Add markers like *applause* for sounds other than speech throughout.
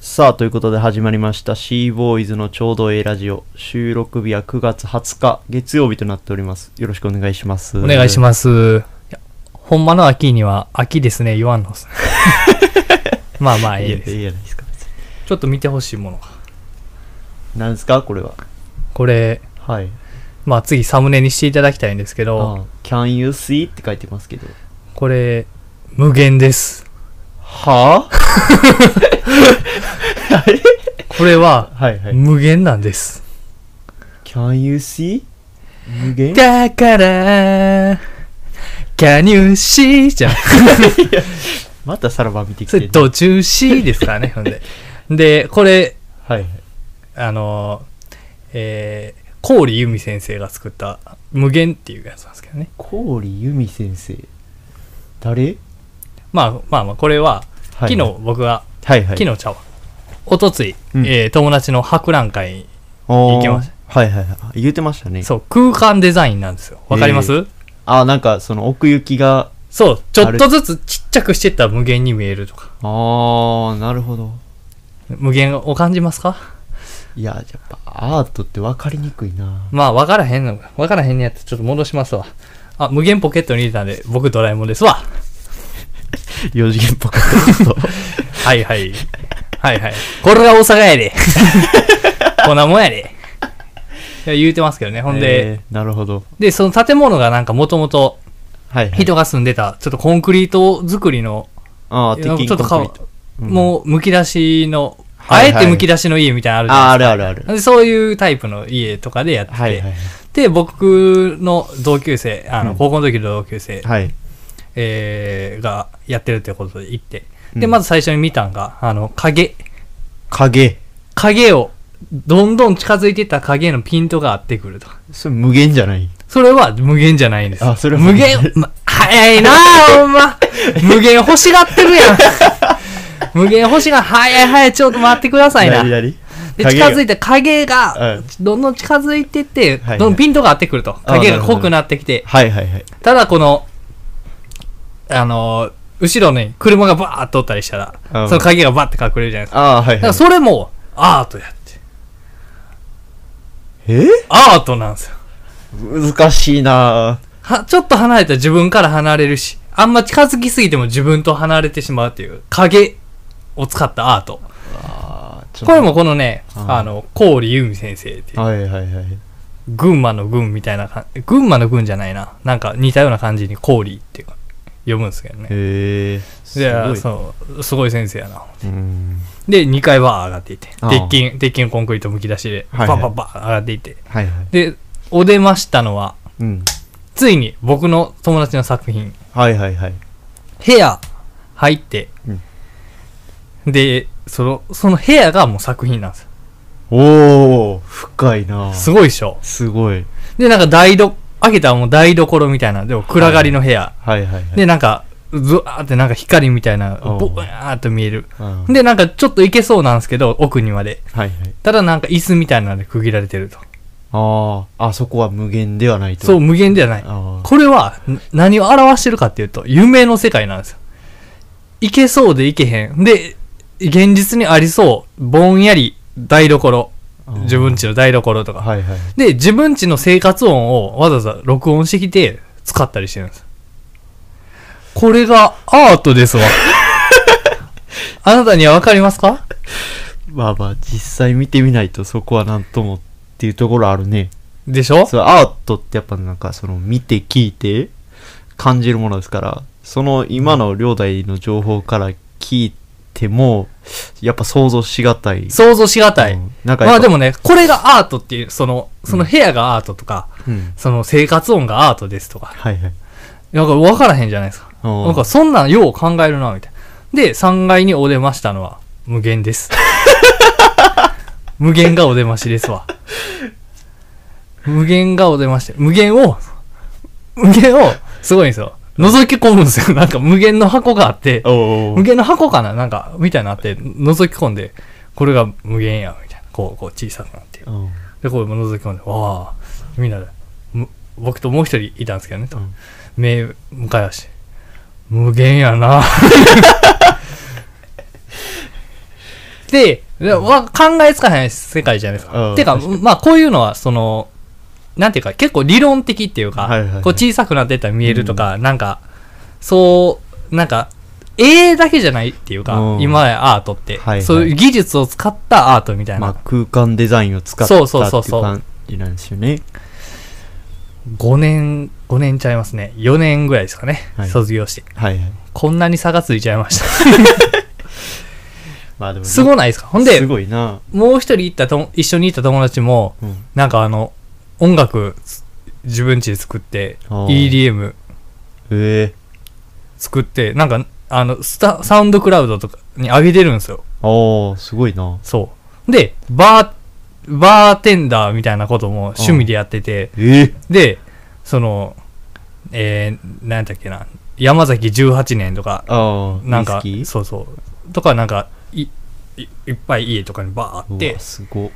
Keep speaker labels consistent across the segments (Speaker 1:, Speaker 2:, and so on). Speaker 1: さあ、ということで始まりました c ボーイズのちょうどええラジオ。収録日は9月20日、月曜日となっております。よろしくお願いします。
Speaker 2: お願いし
Speaker 1: す。
Speaker 2: ます。いやほんまの秋には、秋ですね、言わん
Speaker 1: *laughs*
Speaker 2: のっす。まあまあ、
Speaker 1: い
Speaker 2: え
Speaker 1: や、
Speaker 2: え
Speaker 1: い
Speaker 2: です。
Speaker 1: いじゃないですか。
Speaker 2: ちょっと見てほしいものが。
Speaker 1: 何ですかこれは。
Speaker 2: これ、
Speaker 1: はい。
Speaker 2: まあ次サムネにしていただきたいんですけ
Speaker 1: あ
Speaker 2: ど、
Speaker 1: Can you see? って書いてますけど。
Speaker 2: これ、無限です。
Speaker 1: はぁ、
Speaker 2: これは、
Speaker 1: はいはい。
Speaker 2: 無限なんです。
Speaker 1: Can you see? 無限
Speaker 2: だから、can you see? じゃん。
Speaker 1: またさらば見てき
Speaker 2: そ
Speaker 1: て
Speaker 2: れ、
Speaker 1: る、
Speaker 2: *laughs* 途中 see ですからね、ほんで。で、これ、
Speaker 1: はいはい。
Speaker 2: あの、えー、郡由美先生が作った、無限っていうやつなんですけどね。
Speaker 1: 郡由美先生。誰
Speaker 2: まあまあまあ、これは、
Speaker 1: はい
Speaker 2: 昨日僕が、
Speaker 1: はいはい。
Speaker 2: 昨日ちゃうわ。おとつい、
Speaker 1: うん
Speaker 2: えー友達の博覧会、
Speaker 1: 行
Speaker 2: 行きまし
Speaker 1: はいはいはい。言うてましたね。
Speaker 2: そう、空間デザインなんですよ。わかります、
Speaker 1: へあ、なんかその奥行きが、
Speaker 2: そう、ちょっとずつちっちゃくしてったら無限に見えるとか。
Speaker 1: あー、なるほど。
Speaker 2: 無限を感じますか
Speaker 1: いや、やっぱアートって分かりにくい *laughs* な。
Speaker 2: まあ、わからへんの、わからへんのやつちょっと戻しますわ。あ、無限ポケットに入れたんで、僕ドラえもんです
Speaker 1: *laughs*
Speaker 2: わ。
Speaker 1: 4次元っぽかった。
Speaker 2: はいはい。はいはい。これが大阪やで。 *laughs* こんなもんやで。いや言うてますけどね。ほんで、
Speaker 1: えー、なるほど。
Speaker 2: で、その建物がなんかもともと、
Speaker 1: はい、はい。
Speaker 2: 人が住んでた、ちょっとコンクリート作りの、
Speaker 1: あー、
Speaker 2: いや
Speaker 1: 鉄筋
Speaker 2: ちょっと
Speaker 1: コ
Speaker 2: か
Speaker 1: ン
Speaker 2: わ
Speaker 1: クリート
Speaker 2: もう、むき出しの、
Speaker 1: は
Speaker 2: あ
Speaker 1: い
Speaker 2: え
Speaker 1: はい
Speaker 2: てむき出しの家みたいなのあるじゃ
Speaker 1: あー、
Speaker 2: な
Speaker 1: あるあ
Speaker 2: い
Speaker 1: るある
Speaker 2: です。か。でそういうタイプの家とかでやってて、
Speaker 1: はいはい。
Speaker 2: で、僕の同級生、あ
Speaker 1: う
Speaker 2: の、
Speaker 1: ん
Speaker 2: 高校の時の同級生、
Speaker 1: はい。
Speaker 2: えーがやってるってことで行って、
Speaker 1: う
Speaker 2: で、
Speaker 1: ん
Speaker 2: まず最初に見たんが、あの、影。
Speaker 1: 影。
Speaker 2: 影を、どんどん近づいていった影のピントが合ってくると。
Speaker 1: それ無限じゃない。
Speaker 2: それは無限じゃないんです。
Speaker 1: あそれは
Speaker 2: 無限、ま早いなあ、ほ
Speaker 1: *laughs*
Speaker 2: んま。無限欲しがってるやん。無限欲しが、早い早い、ちょっと待ってくださいな。で、
Speaker 1: 左
Speaker 2: 近づい
Speaker 1: て。
Speaker 2: て、影
Speaker 1: う
Speaker 2: が
Speaker 1: ん、
Speaker 2: どんどん近づいてって、
Speaker 1: はいはい
Speaker 2: どんどんピントが合ってくると。影が濃くなってきて、
Speaker 1: はいはいはい。
Speaker 2: ただこの、あのー、後ろに車がバーっとおったりしたら、
Speaker 1: うん
Speaker 2: その影がバーって隠れるじゃないですか。
Speaker 1: あー、はい
Speaker 2: だか
Speaker 1: は
Speaker 2: ら
Speaker 1: い。
Speaker 2: それも、アートやって。
Speaker 1: え
Speaker 2: アートなんですよ。
Speaker 1: 難しいな
Speaker 2: は、ちょっと離れたら自分から離れるし、あんま近づきすぎても自分と離れてしまうっていう、影を使ったアート。
Speaker 1: あーちょっと
Speaker 2: これもこのね、
Speaker 1: うん
Speaker 2: あの、郡由美先生っていう、
Speaker 1: はいはいはい。
Speaker 2: 群馬の群みたいな感じ、群馬の群じゃないな。なんか似たような感じに郡っていうか、読むんですけどね。
Speaker 1: へえ。す
Speaker 2: じゃ
Speaker 1: ご
Speaker 2: あ、
Speaker 1: い。
Speaker 2: そう、すごい先生やな。
Speaker 1: うん。
Speaker 2: で、2階は上がっていって、
Speaker 1: あ
Speaker 2: 鉄筋、鉄筋コンクリートむき出しで、
Speaker 1: は
Speaker 2: バ
Speaker 1: い
Speaker 2: バ
Speaker 1: はい
Speaker 2: ババ上がっていって。
Speaker 1: はいはい。
Speaker 2: で、お出ましたのは、
Speaker 1: うん。
Speaker 2: ついに僕の友達の作品、
Speaker 1: はいはいはい。
Speaker 2: 部屋入って、でそのその部屋がもう作品なんですよ
Speaker 1: おー、深いな
Speaker 2: すごいでしょ
Speaker 1: すごい。
Speaker 2: でなんか台所開けたらもう台所みたいなでも暗がりの部屋、
Speaker 1: はいはいはい。
Speaker 2: でなんかズワーってなんか光みたいな
Speaker 1: おう
Speaker 2: ボワーっと見える
Speaker 1: うん、
Speaker 2: でなんかちょっと行けそうなんですけど奥にまで
Speaker 1: はいはい。
Speaker 2: ただなんか椅子みたいなので区切られてると
Speaker 1: ああ、あそこは無限ではないと。
Speaker 2: そう。無限ではない
Speaker 1: あ
Speaker 2: これはん何を表してるかっていうと夢の世界なんですよ行けそうで行けへんで現実にありそうぼんやり台所
Speaker 1: あー
Speaker 2: 自分家の台所と
Speaker 1: あ。
Speaker 2: か、
Speaker 1: はいはい。
Speaker 2: で自分家の生活音をわざわざ録音してきて使ったりしてるんですこれがアートです
Speaker 1: *laughs*
Speaker 2: わあなたには分かりますか
Speaker 1: まあまあ、実際見てみないとそこはなんともっていうところあるね。
Speaker 2: でしょ
Speaker 1: そう、アートってやっぱなんかその見て聞いて感じるものですから、その今の両代の情報から聞いても、やっぱ想像しがたい。
Speaker 2: 想像しがたい、
Speaker 1: うんなんか
Speaker 2: ま
Speaker 1: やっぱ
Speaker 2: あでもねこれがアートっていうそのその部屋がアートとか、
Speaker 1: うん。
Speaker 2: その生活音がアートですとか
Speaker 1: はいはい。
Speaker 2: なんか分からへんじゃないですか。
Speaker 1: うん
Speaker 2: なんかそんなんよう考えるな、みたいな。で、3階にお出ましたのは、無限です。 *laughs* 無限がお出ましですわ。無限がお出まして、無限を、無限を、すごいんですよ。覗き込むんですよ。なんか無限の箱があって、
Speaker 1: おー。
Speaker 2: 無限の箱かななんか、みたいなのあって、覗き込んで、これが無限や、みたいな。こう、こう小さくなって。
Speaker 1: うん
Speaker 2: で、こう覗き込んで、わあ、みんなで、む僕ともう一人いたんですけどね、と
Speaker 1: うん
Speaker 2: 目向かい合わして無限やな *laughs* で、でわ考えつかない世界じゃないです
Speaker 1: う
Speaker 2: か。
Speaker 1: ん
Speaker 2: てか、
Speaker 1: 確か
Speaker 2: まあこういうのは、その、なんていうか、結構理論的っていうか、
Speaker 1: はいはいはい
Speaker 2: こう小さくなってったら見えるとか、なんか、そう、なんか、絵だけじゃないっていうか、
Speaker 1: うん
Speaker 2: 今までアートって、
Speaker 1: はいはい
Speaker 2: そういう技術を使ったアートみたい
Speaker 1: まあ
Speaker 2: な。
Speaker 1: 空間デザインを使った
Speaker 2: そうそうそう
Speaker 1: ってい
Speaker 2: そうう
Speaker 1: 感じなんですよね。
Speaker 2: 5年、5年ちゃいますね。4年ぐらいですかね。
Speaker 1: はい
Speaker 2: 卒業して。
Speaker 1: はいはい。
Speaker 2: こんなに差がついちゃいました。
Speaker 1: *laughs* まあでもね、、
Speaker 2: すごないですかほんです
Speaker 1: ごいな。
Speaker 2: もう一人行ったとも、一緒に行った友達も、
Speaker 1: うん。
Speaker 2: なんかあの、音楽つ自分家で作って、
Speaker 1: あー
Speaker 2: EDM
Speaker 1: ええ
Speaker 2: 作って、なんか、あの、スタ、サウンドクラウドとかに上げてるんですよ。
Speaker 1: ああ、すごいな。
Speaker 2: そう。で、バー、バーテンダーみたいなことも趣味でやってて、
Speaker 1: ええ
Speaker 2: で、その、えー、なんだっけな、山崎18年とか、
Speaker 1: ああ、
Speaker 2: なんか
Speaker 1: ウイ、スキー
Speaker 2: そうそう、とかなんか、い、いいっぱい家とかにバーっ
Speaker 1: う
Speaker 2: て
Speaker 1: わ、すご。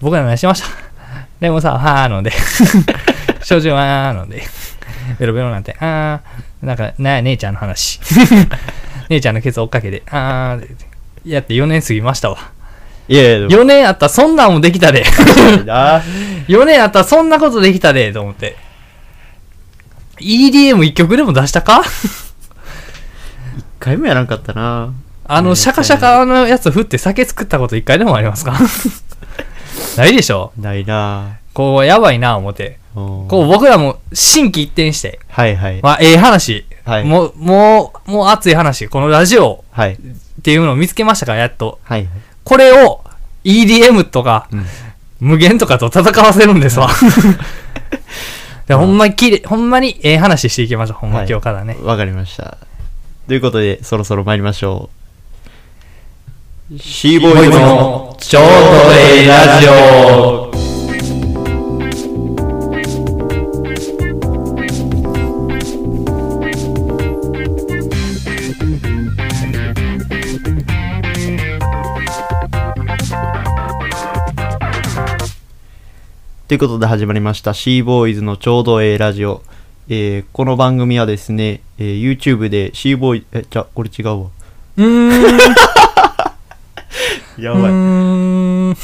Speaker 2: 僕らもしました。 *laughs* レモンさんはーの
Speaker 1: *laughs*
Speaker 2: で、少女はーので、ベロベロなんて、あー、なんか、な姉ちゃん
Speaker 1: *laughs*
Speaker 2: の話。姉ちゃんのケツ追っかけて、あーって、やって4年過ぎましたわ。
Speaker 1: いやいや、でも
Speaker 2: 4年あったらそんなんもできた
Speaker 1: *laughs*
Speaker 2: で。
Speaker 1: な。
Speaker 2: 4年あったらそんなことできたで、と思って。EDM1 曲でも出したか
Speaker 1: 一回もやらんかったな。
Speaker 2: あの、シャカシャカのやつ振って酒作ったこと1回でもありますか *laughs* ないでしょ
Speaker 1: ないな。
Speaker 2: こう、やばいな、思って。
Speaker 1: こ
Speaker 2: こう、僕らも心機一転して、
Speaker 1: はいはい。
Speaker 2: まあ、ええ話。
Speaker 1: はい
Speaker 2: もう、もう、もう熱い話。このラジオ
Speaker 1: はい。
Speaker 2: っていうのを見つけましたから、やっと。
Speaker 1: はいはい。
Speaker 2: これを EDM とか、
Speaker 1: うん
Speaker 2: 無限とかと戦わせるん *laughs* ですわ。でほんまにきれ、ほんまにええ話していきましょう。ほんま
Speaker 1: はい
Speaker 2: 今日からね。
Speaker 1: わかりました。ということで、そろそろ参りましょう。シーボーイズの
Speaker 2: ちょうどええラジオ。
Speaker 1: ということで始まりました、シーボーイズのちょうどええラジオ。えーこの番組はですね、えー YouTube でシーボーイ、え、じゃ、これ違うわ。
Speaker 2: うーん。
Speaker 1: や
Speaker 2: うーん。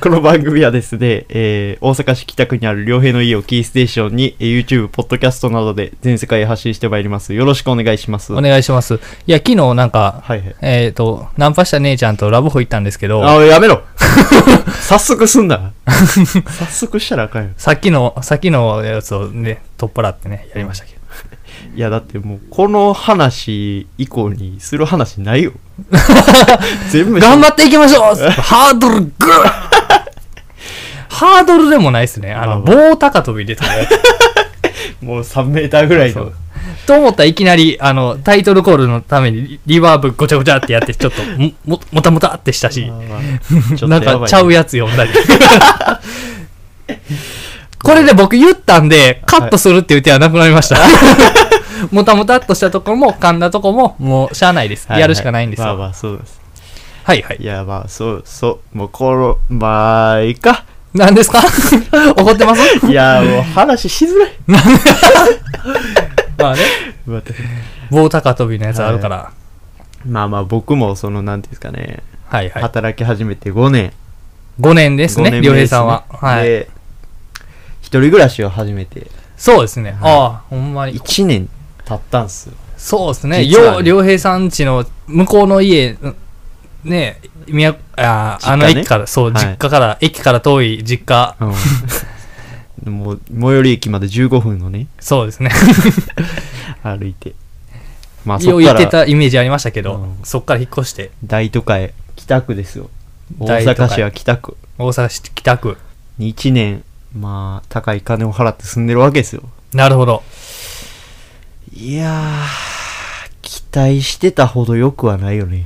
Speaker 1: この番組はですね、えー大阪市北区にある良平の家をキーステーションに、えー YouTube、ポッドキャストなどで全世界へ発信してまいります。よろしくお願いします。
Speaker 2: お
Speaker 1: はい
Speaker 2: 願いします。いや、昨日なんか、
Speaker 1: はい。
Speaker 2: えっ、と、ナンパした姉ちゃんとラブホ行ったんですけど、
Speaker 1: あ、やめろ *laughs* 早速すんな *laughs* 早速したらあかんよ。
Speaker 2: さっきの、さっきのやつをね、取っ払ってね、やりましたけど。
Speaker 1: いや、だってもう、この話以降にする話ない
Speaker 2: *laughs*
Speaker 1: よ。全部
Speaker 2: 頑
Speaker 1: っ
Speaker 2: 張っていきまし
Speaker 1: *laughs*
Speaker 2: ょうハードルグーハードルでもないですね。あの、棒高跳び出たね。
Speaker 1: もう3メーターぐらいの。
Speaker 2: と思ったらいきなり、あの、タイトルコールのためにリリバーブごちゃごちゃってやって、ちょっとも、も、もたもたってしたし
Speaker 1: あ、ーまあ
Speaker 2: *laughs*
Speaker 1: ちょっと
Speaker 2: なん
Speaker 1: やばい
Speaker 2: か
Speaker 1: ね
Speaker 2: ちゃうやつ呼
Speaker 1: *laughs*
Speaker 2: んだり。これで僕言ったんで、カットするっていう手はなくなりました。 *laughs* もたもたっとしたところも、噛んだとこも、もう、しゃあないです。
Speaker 1: はいはい
Speaker 2: やるしかないんです
Speaker 1: まあ
Speaker 2: よ。
Speaker 1: まあ、そうです。
Speaker 2: はいはい
Speaker 1: い。や、まあ、そう、そう、もう、この、まあ、いいか。
Speaker 2: 何ですか *laughs* 怒ってます
Speaker 1: *laughs*
Speaker 2: *laughs*
Speaker 1: いや、もう話しづらい。
Speaker 2: まあね。
Speaker 1: 待って
Speaker 2: 棒高跳びのやつあるから。
Speaker 1: まあまあ僕もそのなんていうんですかね、
Speaker 2: はいはい。
Speaker 1: 働き始めて5年
Speaker 2: 5年です
Speaker 1: 5
Speaker 2: ね、
Speaker 1: 年目
Speaker 2: 良平さんは。
Speaker 1: ですね
Speaker 2: はい。
Speaker 1: で一人暮らしを始めて
Speaker 2: そうですね。
Speaker 1: はい
Speaker 2: ああ、ほんまに。
Speaker 1: 1年経ったんすよ
Speaker 2: そうですね。
Speaker 1: 実は
Speaker 2: よ
Speaker 1: ね
Speaker 2: う良平さん家の向こうの家、うんねえ、みや、あー、
Speaker 1: 実家ね
Speaker 2: あの駅から、そう、
Speaker 1: はい
Speaker 2: 実家から、駅から遠い実家、
Speaker 1: で *laughs* もう最寄り駅まで15分のね
Speaker 2: そうですね。
Speaker 1: 歩いて *laughs* まあそ
Speaker 2: よう
Speaker 1: っ
Speaker 2: 言
Speaker 1: か
Speaker 2: って
Speaker 1: ら
Speaker 2: たイメージありましたけど、
Speaker 1: うん
Speaker 2: そっから引っ越して、
Speaker 1: 大都会北区ですよ大
Speaker 2: 大都会
Speaker 1: 阪市は北区
Speaker 2: 大阪市北区。
Speaker 1: に1年まあ高い金を払って住んでるわけですよ
Speaker 2: なるほど。
Speaker 1: いやー期待してたほど良くはないよね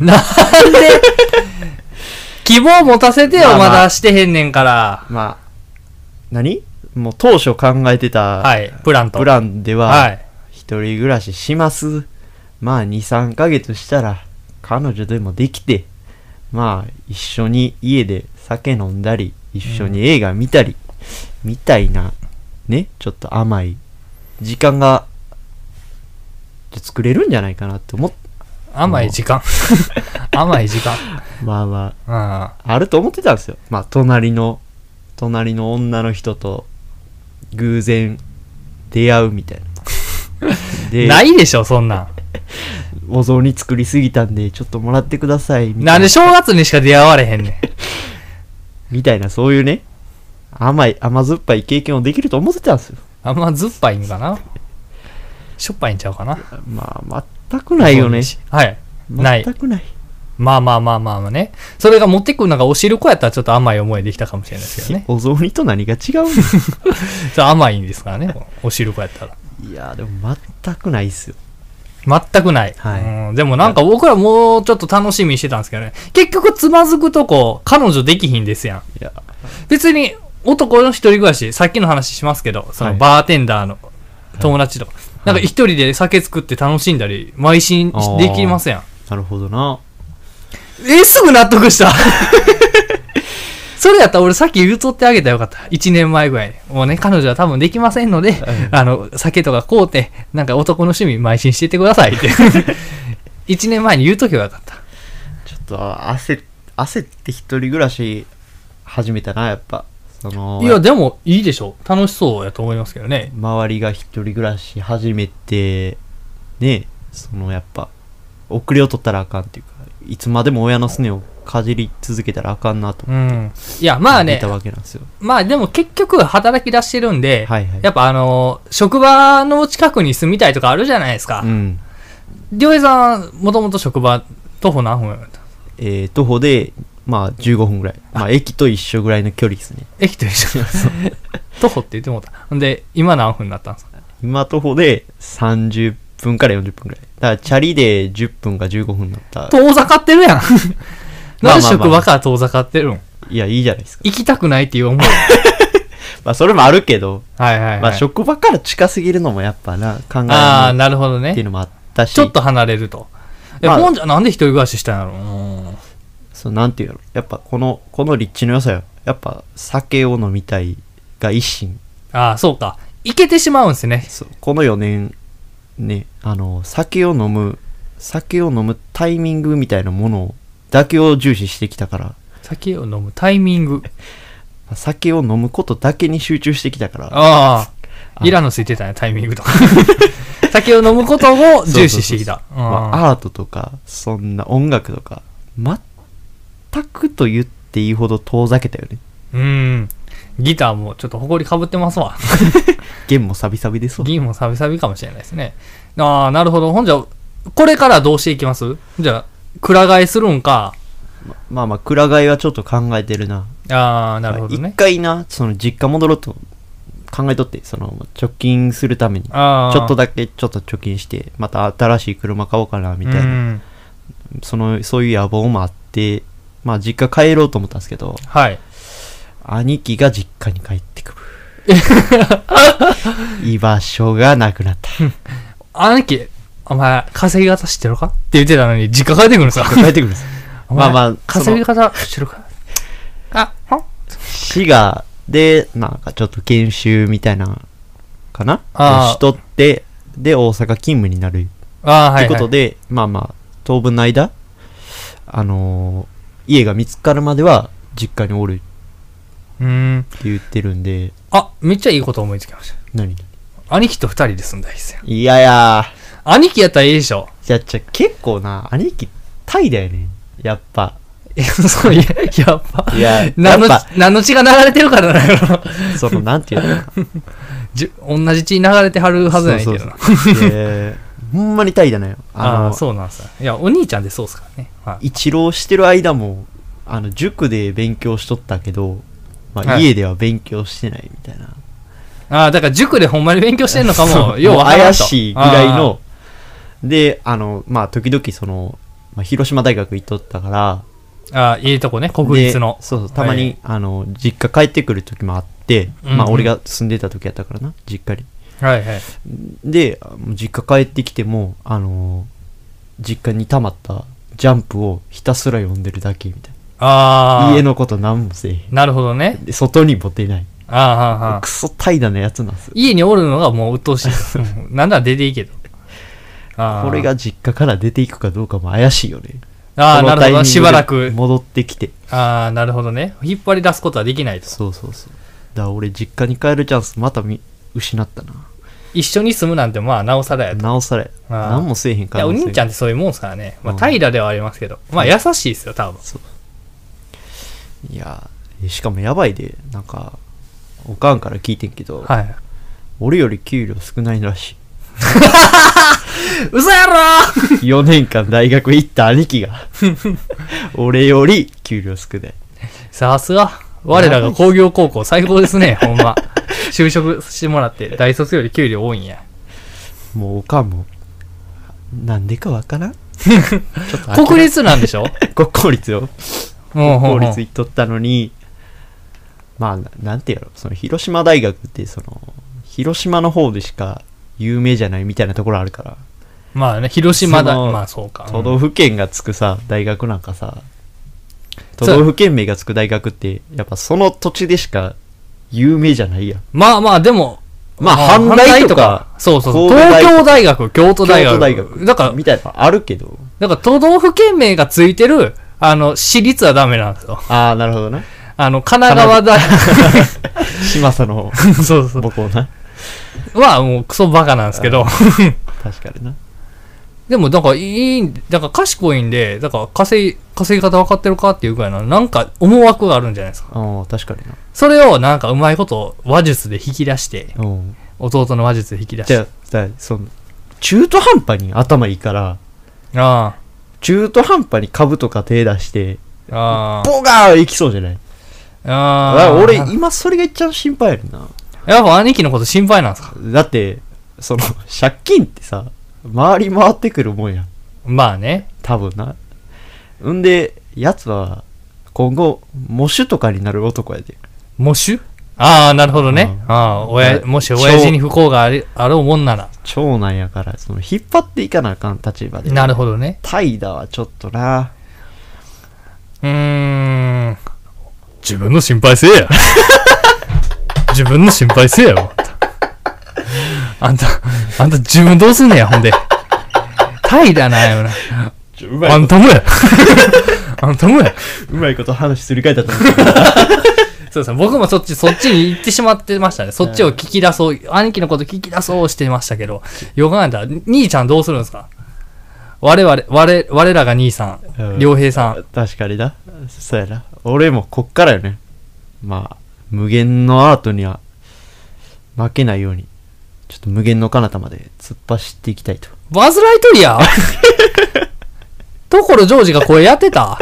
Speaker 2: 希望持たせて
Speaker 1: ま
Speaker 2: よ、
Speaker 1: あまあ
Speaker 2: まだしてへんねんから。
Speaker 1: まあ何もう当初考えてた、
Speaker 2: はい、プランと。
Speaker 1: プランで
Speaker 2: は
Speaker 1: は、
Speaker 2: い。
Speaker 1: 一人暮らしします。まあ、2、3ヶ月したら、彼女でもできて、まあ、一緒に家で酒飲んだり、一緒に映画見たり、みたいな、ね、ちょっと甘い、時間が、作れるんじゃないかなって思っ
Speaker 2: 甘い時間。 *laughs* 甘い時間。
Speaker 1: まあま
Speaker 2: うん。
Speaker 1: あ、あると思ってたんですよ。まあ、隣の、隣の女の人と偶然出会うみた *laughs* いな。で、
Speaker 2: ないでしょ、そんなん。
Speaker 1: お雑煮作りすぎたんで、ちょっともらってください、みた
Speaker 2: ないん
Speaker 1: な
Speaker 2: で。正月にしか出会われへんねん。
Speaker 1: みたいな、そういうね、甘い、甘酸っぱい経験をできると思ってたんですよ。
Speaker 2: あんま酸っぱいんかなしょっぱいんちゃうかな
Speaker 1: まあ、全くないよね。。
Speaker 2: はい。ない
Speaker 1: 全くない。
Speaker 2: まあまあまあまあまあね。それが持ってくるのがお汁粉やったらちょっと甘い思いできたかもしれないで
Speaker 1: *laughs*
Speaker 2: すけどね。
Speaker 1: お雑煮と何が違うの *laughs*
Speaker 2: ちょっと甘いんですからね、お汁粉やったら。
Speaker 1: いや、でも全くないっすよ。
Speaker 2: 全くない、
Speaker 1: はい
Speaker 2: うん。でもなんか僕らもうちょっと楽しみにしてたんですけどね。結局つまずくとこ、彼女できひんですやん。
Speaker 1: いや、
Speaker 2: 別に男の一人暮らし、さっきの話しますけど、そ
Speaker 1: は
Speaker 2: の
Speaker 1: い
Speaker 2: バーテンダーの友達とか、なんか一人で酒作って楽しんだり、邁進
Speaker 1: あー
Speaker 2: できますやん。
Speaker 1: なるほどな。
Speaker 2: えー、すぐ納得した *laughs* それやったら俺さっき言うとってあげたらよかった。1年前ぐらいに。もうね、彼女は多分できませんので、あの、酒とか買うて、なんか男の趣味邁進していってくださいって。1年前に言うとけばよかった。
Speaker 1: ちょっと焦っ、焦って一人暮らし始めたな、やっぱ。その、
Speaker 2: いや、でもいいでしょう。楽しそうやと思いますけどね。
Speaker 1: 周りが一人暮らし始めて、ね、そのやっぱ、遅れを取ったらあかんっていうか、いつまでも親のすねをかじり続けたらあかんなと
Speaker 2: う
Speaker 1: 思
Speaker 2: ん。いや、まあ
Speaker 1: って
Speaker 2: ね
Speaker 1: た、わけなんですよ。
Speaker 2: まあでも結局働き出してるんで、
Speaker 1: はいはい
Speaker 2: やっぱあの、職場の近くに住みたいとかあるじゃないですか
Speaker 1: う。ん。
Speaker 2: りょうえさん、もともと職場、徒歩何分やった
Speaker 1: えー、徒歩で、まあ15分ぐらい。まあ駅と一緒ぐらいの距離ですね。
Speaker 2: 駅と一緒に徒歩って言ってもうた。ほんで、今何分になったんですか
Speaker 1: 今徒歩で30分から40分ぐらい。だからチャリで10分か15分だった。
Speaker 2: *laughs* 遠ざかって *laughs* るやん。
Speaker 1: まあまあまあ
Speaker 2: なんで職場から遠ざかってるん
Speaker 1: いや、いいじゃないですか。
Speaker 2: 行きたくないっていう *laughs* 思い。
Speaker 1: まあそれもあるけど、
Speaker 2: はいはい、はい。
Speaker 1: まあ職場から近すぎるのもやっぱな、考え
Speaker 2: ああ、
Speaker 1: ない
Speaker 2: なるほど
Speaker 1: っていう
Speaker 2: ね。
Speaker 1: のもあったし、
Speaker 2: ちょっと離れると。え、
Speaker 1: まあ
Speaker 2: ほんじゃ、なんで一人暮らししたんやろうん
Speaker 1: そうなんていうの、やっぱこの、この立地の良さよ。やっぱ酒を飲みたいが一心。
Speaker 2: ああ、そうか。行けてしまうんですね。
Speaker 1: そうこの4年、ね、あの、酒を飲む、酒を飲むタイミングみたいなものだけを重視してきたから、ま
Speaker 2: 酒を飲むタイミング。
Speaker 1: あ酒を飲むことだけに集中してきたから、
Speaker 2: ああ、
Speaker 1: あ
Speaker 2: イラのついてたね、タイミ *laughs* ングとか。酒を飲むことを重視してきた。うん
Speaker 1: まあ、アートとかそんな音楽とか全くと言っていいほど遠ざけたよね
Speaker 2: うん。ギターもちょっと埃かぶってますわ。
Speaker 1: 弦もサビサビ
Speaker 2: *laughs*
Speaker 1: ですわ
Speaker 2: 銀もサビサビかもしれないですね。ああ、なるほど。ほんじゃ、これからどうしていきますじゃあ、蔵替えするんか。
Speaker 1: まあまあ蔵替えはちょっと考えてるな
Speaker 2: ああ、なるほど
Speaker 1: まあ
Speaker 2: ね
Speaker 1: 一。回なその実家戻ろうと考えとってその貯金するためにち
Speaker 2: ああ。
Speaker 1: ょっと
Speaker 2: だ
Speaker 1: だけちょっと貯金してまた新しい車買おうかなみたいなそのそういう野望もあってまあ実家帰ろうと思ったんですけど
Speaker 2: はい。
Speaker 1: 兄貴が実家に帰って
Speaker 2: *laughs*
Speaker 1: くる居場所がなくなった
Speaker 2: 兄貴、お前、稼ぎ方知ってるかって言ってたのに、実家帰ってくるんですか
Speaker 1: 帰ってくるんです
Speaker 2: お
Speaker 1: *laughs*
Speaker 2: 前
Speaker 1: まあまあ
Speaker 2: 稼ぎ方知ってるかあ、は
Speaker 1: 滋賀で、なんかちょっと研修みたいな、かな
Speaker 2: あー
Speaker 1: をしとって、で、大阪勤務になる。
Speaker 2: ああ、
Speaker 1: と
Speaker 2: はいい、
Speaker 1: う
Speaker 2: はい。
Speaker 1: ことで、まあまあ、当分の間、あのー家が見つかるまでは実家におるって
Speaker 2: うん。
Speaker 1: 言ってるんで、
Speaker 2: あ、めっちゃいいこと思いつきまし
Speaker 1: 何
Speaker 2: た。兄貴と二人で住んだらいいっすよ。
Speaker 1: いやいや
Speaker 2: 兄貴やったらいいでしょ。 *laughs*
Speaker 1: じゃ、じゃ、結構な、兄貴、タイだよね。やっぱ。
Speaker 2: いや、そう、いや、やっぱ。
Speaker 1: いや、や
Speaker 2: *laughs* 何
Speaker 1: っ
Speaker 2: の血
Speaker 1: ぱ、、
Speaker 2: 何の血が流れてるからだよ。
Speaker 1: その、なんていうの
Speaker 2: *laughs*
Speaker 1: かな。
Speaker 2: じゅ同じ血流れてはるはずないけどな。
Speaker 1: そうそうそうでほんまにタイだね。
Speaker 2: あ
Speaker 1: の
Speaker 2: あ、そうなんですよ。いや、お兄ちゃんでそうっすからね。はい
Speaker 1: 一浪してる間もあの塾で勉強しとったけど、まあ、
Speaker 2: はい
Speaker 1: 家では勉強してないみたいな、
Speaker 2: ああ、だから塾でほんまに勉強してんのかも、よう
Speaker 1: もう
Speaker 2: わからん
Speaker 1: 怪
Speaker 2: と
Speaker 1: しいぐらい。のであのまあ時々その、まあ、広島大学行っとったから
Speaker 2: ああああ、いいとこね、国立の
Speaker 1: で。そうそうたまに、
Speaker 2: はい
Speaker 1: あの実家帰ってくる時もあって、
Speaker 2: うんうん
Speaker 1: まあ俺が住んでた時やったからな実家に
Speaker 2: はいはい。
Speaker 1: でもう実家帰ってきてもあの実家に溜まったジャンプをひたすら読んでるだけみたい
Speaker 2: あ
Speaker 1: な
Speaker 2: あ。
Speaker 1: 家のこと何もせえへん
Speaker 2: なるほどね。
Speaker 1: で外にも出ない
Speaker 2: ああ、ああああ
Speaker 1: ク。ソ怠惰なやつなんですよ
Speaker 2: 家におるのがもう鬱陶しい。 *laughs* うんなんなら出ていいけど。ああ
Speaker 1: これ。が実家から出ていくかどうかも怪しいよね
Speaker 2: ああ、
Speaker 1: この
Speaker 2: なる
Speaker 1: タイミ
Speaker 2: ほ
Speaker 1: ング
Speaker 2: ど。
Speaker 1: で
Speaker 2: しばらく。
Speaker 1: 戻ってきて
Speaker 2: ああ、なるほどね。引っ張り出すことはできないと。
Speaker 1: そうそうそうだから俺実家に帰るチャンスまたみ失ったな
Speaker 2: 一緒に住むなんて、まあ、なおさらやと。
Speaker 1: なおされ
Speaker 2: あー
Speaker 1: 何もせえへん
Speaker 2: い
Speaker 1: から
Speaker 2: や、お兄ちゃんってそういうもんですからね。まあ、
Speaker 1: うん
Speaker 2: 平ではありますけど。まあ、優しいですよ、多分。
Speaker 1: いやえしかもやばいでなんかおかんから聞いてんけど、
Speaker 2: はい。
Speaker 1: 俺より給料少ないらし
Speaker 2: 嘘やろ
Speaker 1: い4年間大学行った兄貴
Speaker 2: *laughs*
Speaker 1: が俺より給料少ない
Speaker 2: さすが。我らが工業高校最高ですね、
Speaker 1: *laughs*
Speaker 2: ほんま。就職してもらって、大卒より給料多いんや。
Speaker 1: もうおかんもなんでかわからんちょっと
Speaker 2: 国立なんでしょ
Speaker 1: *laughs* 国公立よ
Speaker 2: もう
Speaker 1: 公立行っとったのにまあななんてやろその広島大学ってその広島の方でしか有名じゃないみたいなところあるから
Speaker 2: まあね、広島だ。
Speaker 1: その
Speaker 2: まあそうか。うん
Speaker 1: 都道府県がつくさ大学なんかさ
Speaker 2: そ
Speaker 1: 都
Speaker 2: う
Speaker 1: 道府県名がつく大学ってやっぱその土地でしか有名じゃないやん
Speaker 2: まあまあ、でも、
Speaker 1: まあ
Speaker 2: 阪
Speaker 1: 阪
Speaker 2: 大
Speaker 1: 大
Speaker 2: と
Speaker 1: と
Speaker 2: か
Speaker 1: か、
Speaker 2: そうそうそう、
Speaker 1: 神戸
Speaker 2: 東
Speaker 1: 大
Speaker 2: 京大学、京都大
Speaker 1: 京
Speaker 2: 学。
Speaker 1: 都大学
Speaker 2: だから、
Speaker 1: みたいなのあるけど
Speaker 2: だから都道府県名がついてる、あの、私立はダメなんですよ。
Speaker 1: ああなるほど
Speaker 2: *laughs*
Speaker 1: な
Speaker 2: あの、神奈川大学。
Speaker 1: 嶋佐の
Speaker 2: *laughs* そうそ
Speaker 1: 母校な
Speaker 2: う。は、もうクソバカなんで
Speaker 1: *laughs*
Speaker 2: すけど。
Speaker 1: 確かにな
Speaker 2: でも、なんか、いいん、なんか賢いんで、だから、稼い、稼ぎ方分かってるかっていうぐらいの、なんか、思惑があるんじゃないですか。
Speaker 1: ああ確かにな
Speaker 2: それを、なんか、うまいこと、話術で引き出して、
Speaker 1: うん
Speaker 2: 弟の話術で引き出し
Speaker 1: じゃ
Speaker 2: て。
Speaker 1: あだからその中途半端に頭いいから
Speaker 2: あ
Speaker 1: 中途半端に株とか手出して
Speaker 2: あ、あ
Speaker 1: ボガーいきそうじゃない
Speaker 2: あ、あ
Speaker 1: あ
Speaker 2: あ。
Speaker 1: 俺今それが一番心配やねんな
Speaker 2: やっぱ兄貴のこと心配なんですか
Speaker 1: だってその借金ってさ回り回ってくるもんやん
Speaker 2: まあね。
Speaker 1: 多分なんでやつは今後喪主とかになる男やで
Speaker 2: 喪主ああ、なるほどね。
Speaker 1: うん
Speaker 2: ああ、親、
Speaker 1: だ
Speaker 2: もし親父に不幸がある、あろうもんなら。
Speaker 1: 長男やからその引っ張っていかなあかん立場で
Speaker 2: なるほどね。
Speaker 1: 怠惰はちょっとな
Speaker 2: うーん。自分の心配せえや。 *laughs* 自分の心配せえやろ。あんた、あんた自分どうすんねや、ほんで。怠惰なんよな。
Speaker 1: うま
Speaker 2: あ
Speaker 1: い
Speaker 2: ん
Speaker 1: こ
Speaker 2: たも *laughs* や。あんたもや。
Speaker 1: とうまいこと話すり替えたと思うけど
Speaker 2: そうですね。僕もそっち、そっちに行ってしまってましたね。そっちを聞き出そう、兄貴のこと聞き出そうしてましたけど、よく考えたら、兄ちゃんどうするんですか我々、我、我らが兄さ、
Speaker 1: うんん
Speaker 2: 良平さん。
Speaker 1: 確かになそうやな俺もこっからよねまあ無限のアートには負けないようにちょっと無限の彼方まで突っ走っていきたいと
Speaker 2: バズ・ライト
Speaker 1: *laughs*
Speaker 2: イヤーところジョージがこれやってた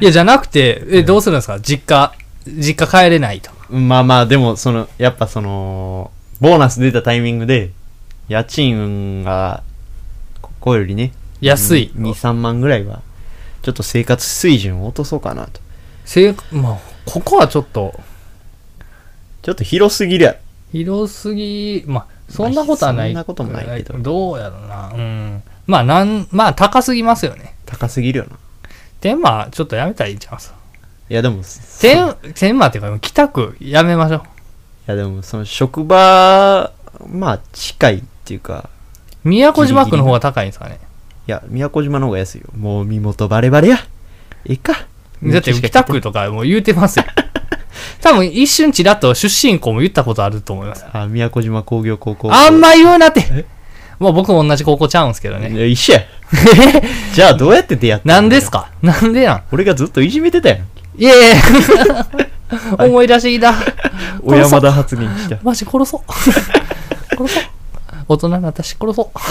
Speaker 2: いや、じゃなくて、え、どうするんですか実家、実家帰れないと。
Speaker 1: まあまあでもそのやっぱそのボーナス出たタイミングで家賃がここよりね
Speaker 2: 安い。
Speaker 1: 23万ぐらいはちょっと生活水準を落とそうかなと
Speaker 2: せいまあ、ここはちょっと、
Speaker 1: ちょっと広すぎりゃ
Speaker 2: 広すぎ、まあ、そんなことはない。
Speaker 1: まあそんなこともないけど
Speaker 2: どうやろうな。うん。まあ、なん、まあ、高すぎますよね。
Speaker 1: 高すぎるよない
Speaker 2: テンマ、ちょっとやめたらいいんちゃいます
Speaker 1: やでも
Speaker 2: テン、テンマっていうか、北区やめましょう。
Speaker 1: いやでもその職場まあ近いっていうか
Speaker 2: 宮古島区の方が高いんですかね。
Speaker 1: いや宮古島の方が安いよもう身元バレバレやええか
Speaker 2: だって、北区とかもう言うてますよ。 *laughs* 多分、一瞬ちらっと出身校も言ったことあると思います。
Speaker 1: あ宮古島工業高校
Speaker 2: あん
Speaker 1: ま
Speaker 2: ま言うなって。もう僕も同じ高校ちゃうんすけどね。
Speaker 1: 一緒やじゃあどうやって出会った
Speaker 2: なんですかなんでなん
Speaker 1: 俺がずっといじめてたやん
Speaker 2: いやい *laughs* やいや思い出してき *laughs* た。
Speaker 1: 小山田発言した
Speaker 2: マジ殺そう。殺そう。大人の私殺そう。 *laughs*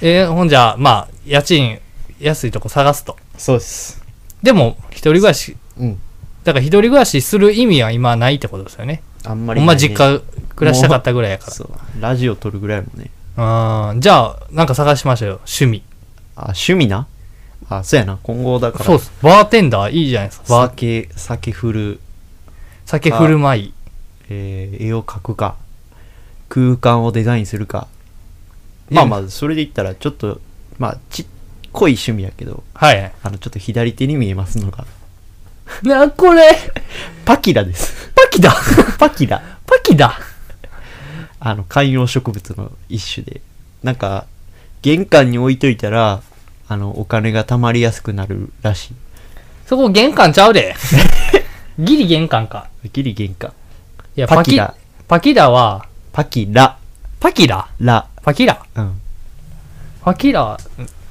Speaker 2: えーほんじゃ、まあ、家賃安いとこ探すと。
Speaker 1: そうです
Speaker 2: でも、一人暮らし、
Speaker 1: うん
Speaker 2: だから一人暮らしする意味は今ないってことですよね。
Speaker 1: あんまり
Speaker 2: ほんま実家暮らしたかったぐらいやか
Speaker 1: そうラジオ撮るぐらいもね
Speaker 2: ら。うん。じゃあ、なんか探しましょうよ。趣味。
Speaker 1: あ趣味なあそうやな今後だから
Speaker 2: そうっす。バーテンダーいいじゃないですか。バ
Speaker 1: 酒
Speaker 2: ー
Speaker 1: 酒振る、
Speaker 2: 酒振る舞い。
Speaker 1: えー絵を描くか空間をデザインするかまあまあそれで言ったらちょっとまあちっこい趣味やけど
Speaker 2: はい。
Speaker 1: あのちょっと左手に見えますのが
Speaker 2: な、これ、
Speaker 1: パキラです *laughs*
Speaker 2: パ *laughs* キだ。
Speaker 1: パキラ
Speaker 2: パキだ。
Speaker 1: あの観葉植物の一種でなんか玄関に置いといたらあのお金が貯まりやすくなるらし
Speaker 2: そこ玄関ちゃう *laughs* で。ギリ玄関か。
Speaker 1: いギリ玄関
Speaker 2: いや、
Speaker 1: パ
Speaker 2: パ
Speaker 1: キ
Speaker 2: キ
Speaker 1: ラ、
Speaker 2: パキラは、
Speaker 1: パキラ
Speaker 2: パキラ
Speaker 1: ラ
Speaker 2: パキラ。
Speaker 1: うん
Speaker 2: パキラ、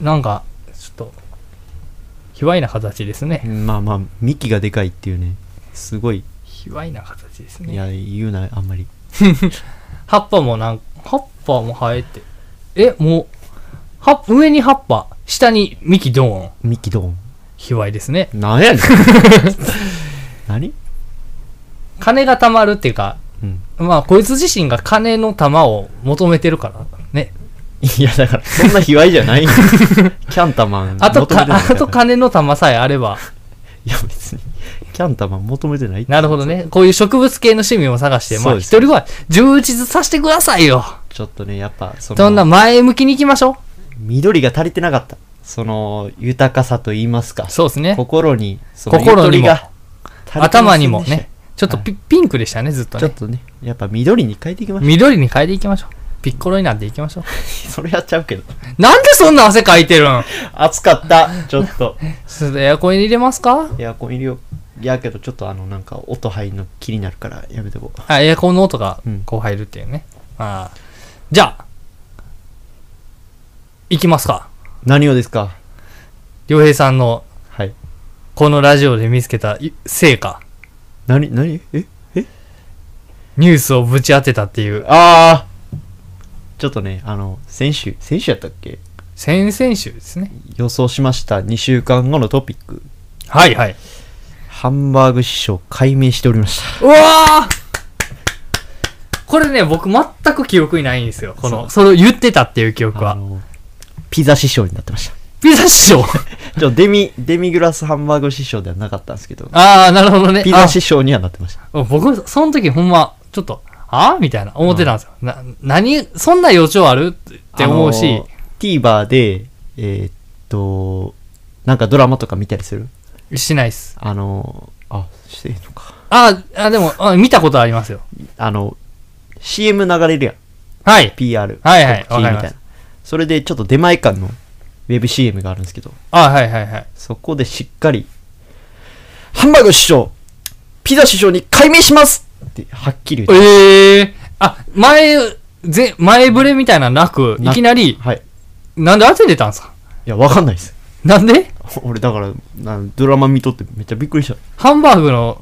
Speaker 2: なんか、ちょっと、卑猥な形ですね。
Speaker 1: まあまあ幹がでかいっていうねすごい
Speaker 2: 卑猥な形です
Speaker 1: い
Speaker 2: ね。
Speaker 1: や言うなあんまり
Speaker 2: 葉っぱもなん葉っぱも生えて。え、もう、葉上に葉っぱ、下に幹ドーン。
Speaker 1: 幹ど
Speaker 2: 卑猥ですね。
Speaker 1: うなんやねん *laughs* 何
Speaker 2: 金が貯まるっていうか、
Speaker 1: うん
Speaker 2: まあ、こいつ自身が金の玉を求めてるから、ね。
Speaker 1: いやだからそんな卑猥じゃ *laughs* ないよキャンタマン
Speaker 2: あと
Speaker 1: 求め
Speaker 2: か、
Speaker 1: てないから
Speaker 2: あと金の玉さえあれば。
Speaker 1: いや別にキャンタマン求めてないって
Speaker 2: なるほどね。こういう植物系の趣味も探して、ま
Speaker 1: そう
Speaker 2: あ、
Speaker 1: で
Speaker 2: 一
Speaker 1: すね
Speaker 2: 人ぐらい充実させてくださいよ。
Speaker 1: ちょっとねやっぱその
Speaker 2: そんな前向きに行きましょ
Speaker 1: 緑が足りてなかったその豊かさと言いますか
Speaker 2: う。そうですね。
Speaker 1: 心にその
Speaker 2: 心にも
Speaker 1: ゆとりが足りてませんでした
Speaker 2: 頭にもね。ちょっとピ,、ピンクでしたね、ずっと
Speaker 1: ちょっ
Speaker 2: ね。
Speaker 1: とねやっぱ緑に変えていきましょ
Speaker 2: 緑に変えていきましょう。ピッコロになっていきましょう。
Speaker 1: う *laughs* それやっちゃうけど
Speaker 2: なんでそんな汗かいてるん
Speaker 1: 暑かったちょっ *laughs* と
Speaker 2: ちょっとエアコン入れますか
Speaker 1: エアコン入れよういやけどちょっとあのなんか音入るの気になるからやめとこう
Speaker 2: あ、エアコンの音が
Speaker 1: うん
Speaker 2: こう入るっていうね。あーじゃあ、行きますか。
Speaker 1: 何をですか
Speaker 2: 良平さんの
Speaker 1: はい
Speaker 2: このラジオで見つけたい成果、
Speaker 1: 何何ええ
Speaker 2: ニュースをぶち当てたっていう、
Speaker 1: ああちょっとねあの先週先週やったっけ
Speaker 2: 先々週ですね。
Speaker 1: 予想しました2週間後のトピック
Speaker 2: はいはい。
Speaker 1: ハンバーグ師匠解明しておりました
Speaker 2: うわーこれね、僕全く記憶にないんですよ。この、それを言ってたっていう記憶
Speaker 1: あ
Speaker 2: は。
Speaker 1: のピザ師匠になってました
Speaker 2: ピザ師匠 *laughs*
Speaker 1: ちょデミデミグラスハンバーグ師匠ではなかったんですけど
Speaker 2: ああ、なるほどね。
Speaker 1: ピザ師匠にはなってました
Speaker 2: あ僕、その時ほんま、ちょっと、あみたいな、思ってたんですよ。な、何、そんな予兆あるって思うし、
Speaker 1: あの TVer でえーっとなんかドラマとか見たりする
Speaker 2: しないっす。
Speaker 1: あのあしていいのか
Speaker 2: ああ、でもあ、見たことありますよ。
Speaker 1: あの CM 流れるやん
Speaker 2: はい。
Speaker 1: PR
Speaker 2: はいは
Speaker 1: 告知
Speaker 2: い
Speaker 1: みた
Speaker 2: わかりま
Speaker 1: い
Speaker 2: す
Speaker 1: なそれでちょっと出前館のウェブ CM があるんですけど
Speaker 2: あはいはいはい。
Speaker 1: そこでしっかり、ハンバーグ師匠、ピザ師匠に解明しますって、はっきり言って。
Speaker 2: ええー。あ、前、ぜ、前触れみたいなのなく、い
Speaker 1: な
Speaker 2: きなり、
Speaker 1: はい。
Speaker 2: なんで当ててたんですか
Speaker 1: いや、わかんないです。
Speaker 2: なんで
Speaker 1: 俺、だから、なドラマ見とってめっちゃびっくりした。
Speaker 2: ハンバーグの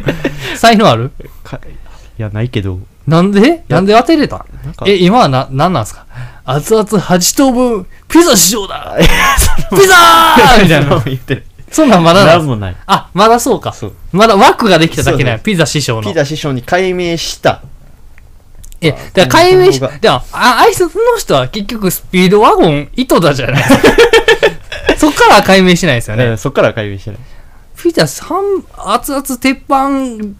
Speaker 2: *laughs* 才能ある
Speaker 1: かいや、ないけど、
Speaker 2: なんでなんで当てれた
Speaker 1: なんか、
Speaker 2: え、今はな、なんなんですか熱々8等分、ピザ師匠
Speaker 1: *laughs*
Speaker 2: だピザーみたいな。
Speaker 1: 言ってる。
Speaker 2: そんなんまだなん
Speaker 1: な
Speaker 2: で
Speaker 1: ん
Speaker 2: す
Speaker 1: もない。
Speaker 2: あ、まだそうか。
Speaker 1: そう
Speaker 2: まだ枠ができただけな
Speaker 1: そう
Speaker 2: い。
Speaker 1: そ
Speaker 2: ピザ師匠
Speaker 1: ピ
Speaker 2: の。
Speaker 1: ザ師匠に解明した。
Speaker 2: え、だから解明し、
Speaker 1: こ
Speaker 2: で
Speaker 1: の動
Speaker 2: も、あ、あいつの人は結局スピードワゴン、糸だじゃ
Speaker 1: *laughs*
Speaker 2: ないそっからは解明しないですよ
Speaker 1: だか
Speaker 2: ね。
Speaker 1: らそっから解明してない。
Speaker 2: ピザ三、熱々鉄板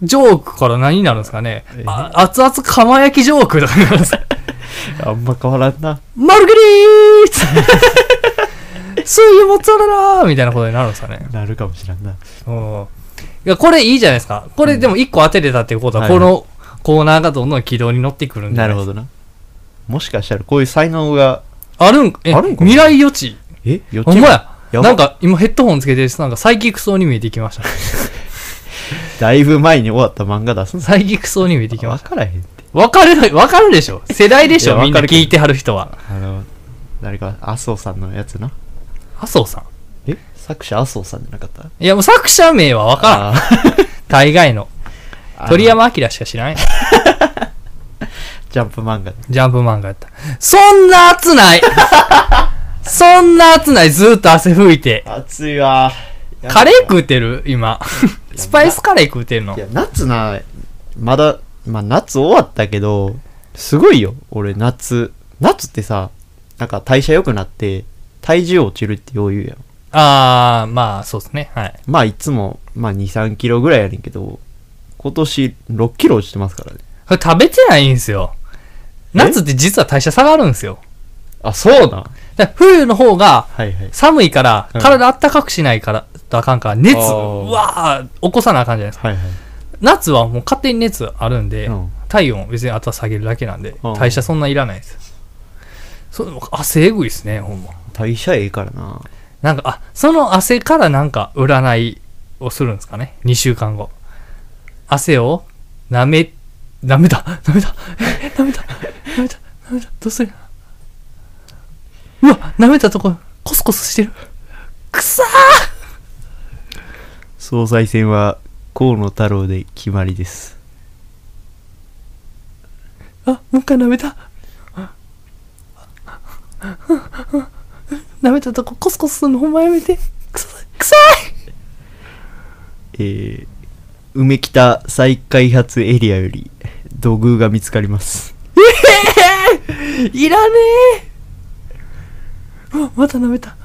Speaker 2: ジョークから何になるんですかね
Speaker 1: え
Speaker 2: あ熱々釜焼きジョークとかになるんですか
Speaker 1: あんま変わらんな。
Speaker 2: *laughs* マルゲ *laughs* リーそういうモッツァレラーみたいなことになるんですかね
Speaker 1: なるかもしらんな。
Speaker 2: うんいや、これいいじゃないですか。これでも一個当てれたっていうことは、
Speaker 1: はいは
Speaker 2: こ
Speaker 1: い
Speaker 2: のコーナーがどんどん軌道に乗ってくるんで。
Speaker 1: なるほどな。もしかしたら、こういう才能が、
Speaker 2: あるん、え、
Speaker 1: あるんかな
Speaker 2: 未来予知。
Speaker 1: え予
Speaker 2: ほんまや。
Speaker 1: やば
Speaker 2: なんか今ヘッドホンつけてる人なんかサイキックそうに見えてきました。
Speaker 1: *laughs* だいぶ前に終わった漫画出すんす
Speaker 2: サイキックそうに見えてきま
Speaker 1: わ
Speaker 2: し
Speaker 1: からへんって。
Speaker 2: た。わかるの、わかるでしょ。世代でし
Speaker 1: い
Speaker 2: ょ、
Speaker 1: や
Speaker 2: みんな
Speaker 1: わかるけど
Speaker 2: 聞いてはる人は。
Speaker 1: あの、誰か、麻生さんのやつな。
Speaker 2: 麻生さん。
Speaker 1: え作者麻生さんじゃなかった
Speaker 2: いや、もう作者名はわからん。
Speaker 1: あー
Speaker 2: 大概の。
Speaker 1: *laughs* あの
Speaker 2: 鳥山明しか知らない。
Speaker 1: ジャンプ漫画。
Speaker 2: ジャンプ漫画やった。そんな熱ない
Speaker 1: *laughs*
Speaker 2: そんな熱ないずーっと汗拭いて。
Speaker 1: 暑いわ。
Speaker 2: カレー食うてる
Speaker 1: *laughs*
Speaker 2: 今。スパイスカレー食うてるの
Speaker 1: い。や、夏な、まだ、まあ夏終わったけど、すごいよ。俺夏。夏ってさ、なんか代謝良くなって、体重落ちるってよう言うやん。
Speaker 2: あー、まあ、そうですね。はい。
Speaker 1: まあいつも、まあ2、3キロぐらいやねんけど、今年6キロ落ちてますからね。
Speaker 2: これ食べてないんですよ。
Speaker 1: え
Speaker 2: 夏って実は代謝下がるんですよ。
Speaker 1: あ、そうなん
Speaker 2: だから冬の方が
Speaker 1: はいはい。
Speaker 2: 寒いから、
Speaker 1: うん
Speaker 2: 体あったかくしないから、あかんから、熱、
Speaker 1: あ
Speaker 2: う
Speaker 1: ー
Speaker 2: わー、起こさなあかんじゃないですか。
Speaker 1: はいはい。
Speaker 2: 夏はもう勝手に熱あるんで、
Speaker 1: うん
Speaker 2: 体温を別にあとは下げるだけなんで
Speaker 1: うん、
Speaker 2: 代謝そんないらないです。そう汗えぐいっすねほんま
Speaker 1: 代謝ええからな
Speaker 2: なんかあその汗からなんか占いをするんですかね2週間後汗をなめなめたなめたなめたなめたなめたどうするうわなめたとこコスコスしてるくさ
Speaker 1: 総裁選は河野太郎で決まりです
Speaker 2: ーあもう一回なめた *laughs* なめたとこコスコスするのほんまやめてくさいくさい
Speaker 1: えー、梅北再開発エリアより土偶が見つかります
Speaker 2: *laughs* いらねえうわまた舐めた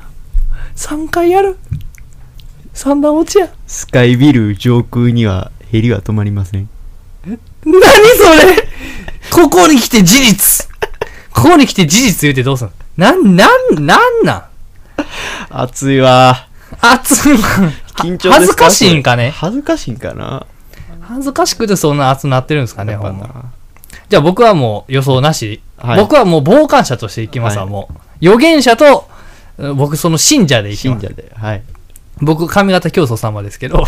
Speaker 2: 3回やる三段落ちや
Speaker 1: スカイビル上空にはヘリは止まりません
Speaker 2: 何それここに来て事実ここに来て事実言うてどうすんのなん、なん、なんなん
Speaker 1: 暑いわ
Speaker 2: 熱い
Speaker 1: 緊張ですか
Speaker 2: 恥ずかしいんかね
Speaker 1: 恥ずかしいんかな
Speaker 2: 恥ずかしくてそんな熱なってるんですかね
Speaker 1: やっ
Speaker 2: ほ
Speaker 1: ぱ
Speaker 2: んま
Speaker 1: な
Speaker 2: じゃあ僕はもう予想なし、
Speaker 1: はい
Speaker 2: 僕はもう傍観者としていきますわ、
Speaker 1: はい
Speaker 2: もう予言者とうん僕その信者でいきま
Speaker 1: 信
Speaker 2: す
Speaker 1: 者ではい
Speaker 2: 僕髪型教祖様ですけど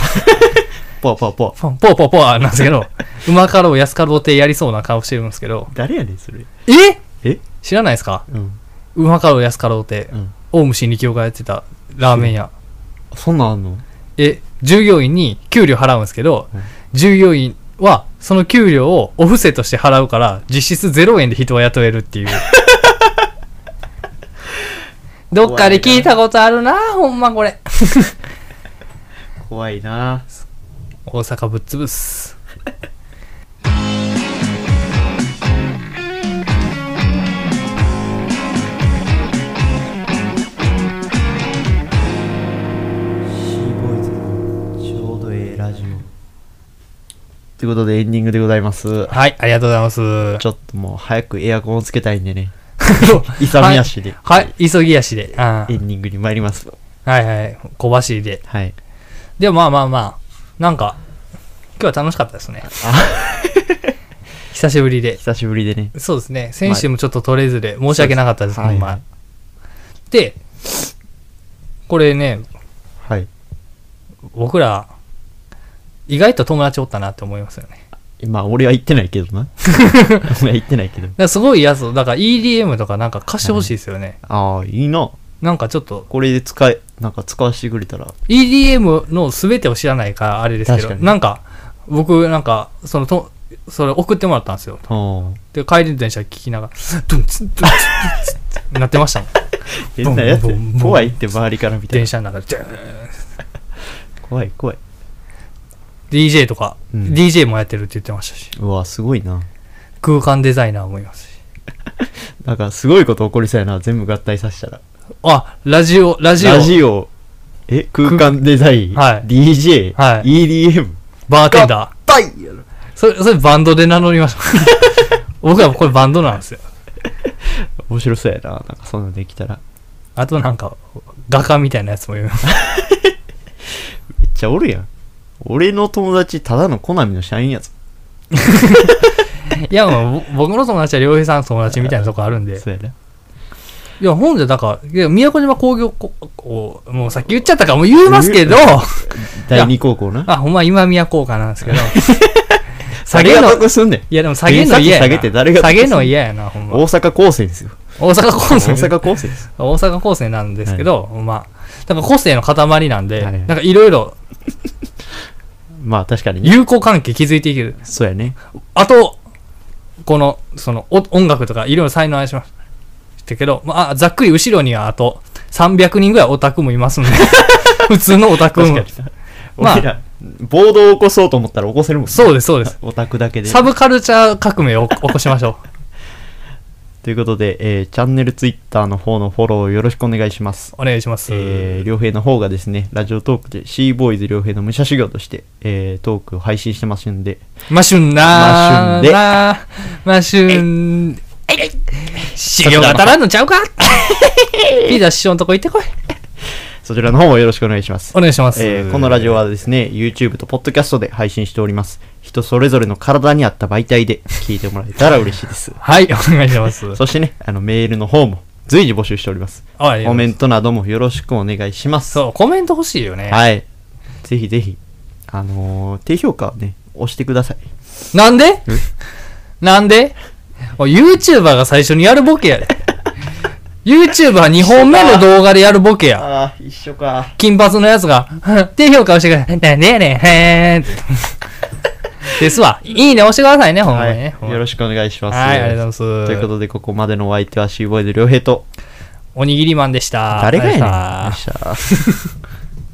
Speaker 2: *laughs*
Speaker 1: ぽぽぽ
Speaker 2: ポンポーポーポーなんですけど、うまかろう安かろうってやりそうな顔してるんですけど、
Speaker 1: 誰やねんそれ
Speaker 2: え
Speaker 1: え
Speaker 2: 知らないですか
Speaker 1: うん
Speaker 2: うまかろう安かろうって、
Speaker 1: うん
Speaker 2: オウム真理教がやってたラーメン屋。
Speaker 1: そんなんあんの
Speaker 2: え、従業員に給料払うんですけど
Speaker 1: うん、
Speaker 2: 従業員はその給料をお布施として払うから、実質0円で人は雇えるっ
Speaker 1: *laughs*
Speaker 2: ていう。どっかで聞いたことあるな、ほんまこれ。
Speaker 1: 怖いな
Speaker 2: 大阪ぶっ潰す。
Speaker 1: シーボーイズのちょうどええラジオということでエンディングでございます
Speaker 2: はい、ありがとうございます
Speaker 1: *laughs*
Speaker 2: *laughs*
Speaker 1: ち。ょっともう早くエアコンをつけたいんでね
Speaker 2: 勇
Speaker 1: 勇み足で
Speaker 2: はい、急ぎ足で。あ
Speaker 1: エンディングに参ります
Speaker 2: はいはい、小走りで。
Speaker 1: はい
Speaker 2: でもまあまあまあ、なんか、今日は楽しかったですね。 *laughs* 久しぶりで。
Speaker 1: 久しぶりでね
Speaker 2: そうですね、選手もちょっと取れずで、申し訳なかったです、
Speaker 1: そうで
Speaker 2: ほ
Speaker 1: す
Speaker 2: ん
Speaker 1: はいは。
Speaker 2: まで、これね、
Speaker 1: はい
Speaker 2: 僕ら、意外と友達おったなって思いますよね。だか
Speaker 1: まあ俺は行ってないけど
Speaker 2: *laughs*
Speaker 1: な俺は行ってないけど
Speaker 2: らすごいやつを、だから EDM とかなんか貸してほしいですよね。
Speaker 1: ああいいな
Speaker 2: なんかちょっと、
Speaker 1: これで使えなんか使わせてくれたら
Speaker 2: EDM の全てを知らないからあれですけど、
Speaker 1: 確かに
Speaker 2: なんか、僕なんか、そのと、それ送ってもらったんですよ。
Speaker 1: うん
Speaker 2: で、帰りの電車聞きながら、ドゥンツンドゥンツンドゥンツンってなってましたも
Speaker 1: *laughs*
Speaker 2: ん。
Speaker 1: 変なやつ
Speaker 2: ボンボンボンボン
Speaker 1: 怖いって周りから見たら
Speaker 2: 電車の中で、ドゥーン
Speaker 1: 怖い怖い
Speaker 2: DJ とか、
Speaker 1: うん
Speaker 2: DJ もやってるって言ってましたし、
Speaker 1: うわすごいな
Speaker 2: 空間デザイナーもいますし。
Speaker 1: なんかすごいこと起こりそうやな全部合体させたら
Speaker 2: あ、ラジオ、ラジオ、
Speaker 1: ラジオえ空間デザイン、
Speaker 2: はい
Speaker 1: DJ、
Speaker 2: はい
Speaker 1: EDM
Speaker 2: バーテンダー。
Speaker 1: バイやろ
Speaker 2: それ、それバンドで名乗りました。 *laughs* 僕らもこれバンドなんですよ。
Speaker 1: 面白そうやななんかそんなんできたら
Speaker 2: あとなんか、画家みたいなやつもい
Speaker 1: *laughs*
Speaker 2: ます。
Speaker 1: めっちゃおるやん俺の友達ただのコナミの社員やつ
Speaker 2: いや、もうぼ僕の友達は良平さんの友達みたいなとこあるんで。
Speaker 1: そうやない
Speaker 2: や、ほんで、だから、いや宮古島工業高校、もうさっき言っちゃったから、もう言いますけど、
Speaker 1: 第二高校な
Speaker 2: *laughs* あ、ほんま今宮高校なんです
Speaker 1: *laughs*
Speaker 2: けど、下
Speaker 1: 下
Speaker 2: げ
Speaker 1: げ
Speaker 2: の、
Speaker 1: が
Speaker 2: い
Speaker 1: 得すんねん
Speaker 2: やでも下げんの嫌や
Speaker 1: 偏差値下
Speaker 2: な。
Speaker 1: げて誰が
Speaker 2: 下げんの嫌やな、ほんま。
Speaker 1: 大阪高専ですよ
Speaker 2: 大阪
Speaker 1: 大
Speaker 2: 高専。
Speaker 1: 阪高専です
Speaker 2: 大阪高専なんですけど、ほんまだから個性の塊なんで、
Speaker 1: はいはい
Speaker 2: なんかいろいろ
Speaker 1: まあ確かにね
Speaker 2: 友好関係築いていける。
Speaker 1: そうやね
Speaker 2: あと、この、その、お音楽とかいろいろ才能ありましたけど、まあ、ざっくり後ろにはあと300人ぐらいオタクもいます
Speaker 1: *laughs*
Speaker 2: んで、普通のオタク
Speaker 1: 確
Speaker 2: も
Speaker 1: かに。
Speaker 2: まあ
Speaker 1: 俺ら暴動を起こそうと思ったら起こせるもん
Speaker 2: そうです、そうです。
Speaker 1: オタクだけで
Speaker 2: サブカルチャー革命を起こ起こしましょ
Speaker 1: ということで、えーチャンネルツイッターの方のフォローよろしくお願いします
Speaker 2: *laughs* う。お願いします。
Speaker 1: えー、良平の方がですね、ラジオトークでシーボーイズ良平の武者修行として、えートークを配信してますんで、
Speaker 2: マシュンなーなーマシュン修行が当たらんのちゃうか *laughs* リーダー師匠のとこ行ってこい。
Speaker 1: そちらの方もよろしくお願いします。
Speaker 2: お願いします。
Speaker 1: えーこのラジオはですね、YouTube と Podcast で配信しております。人それぞれの体
Speaker 2: *laughs*。
Speaker 1: に合った媒体で聞いてもらえたら嬉しいです
Speaker 2: はい、お願いします。
Speaker 1: そしてね、あのメールの方も随時募集しております。
Speaker 2: ありがとうございます
Speaker 1: コメントなどもよろしくお願いします。
Speaker 2: そう、コメント欲しいよね。
Speaker 1: はい。ぜひぜひ、あのー低評価をね、押してください。
Speaker 2: なんでなんでおい ?YouTuber が最初にやるボ *laughs* ケやで。YouTuber2 本目の動画でやるボケや。
Speaker 1: ああ、一緒か。
Speaker 2: 金髪のやつが、 *laughs* 低評価押してくれ。なんでやねん、へーって。
Speaker 1: *laughs*
Speaker 2: ですわ。いいね押してくださいね、ほんま
Speaker 1: は
Speaker 2: にね。
Speaker 1: い。よろ
Speaker 2: し
Speaker 1: しくお願いします。
Speaker 2: はい、ありがとうございます。
Speaker 1: ということで、ここまでのお相手はシーボイド良平と、
Speaker 2: おにぎりマンでした。
Speaker 1: 誰がやねん。
Speaker 2: ありがとうございました
Speaker 1: よっしゃ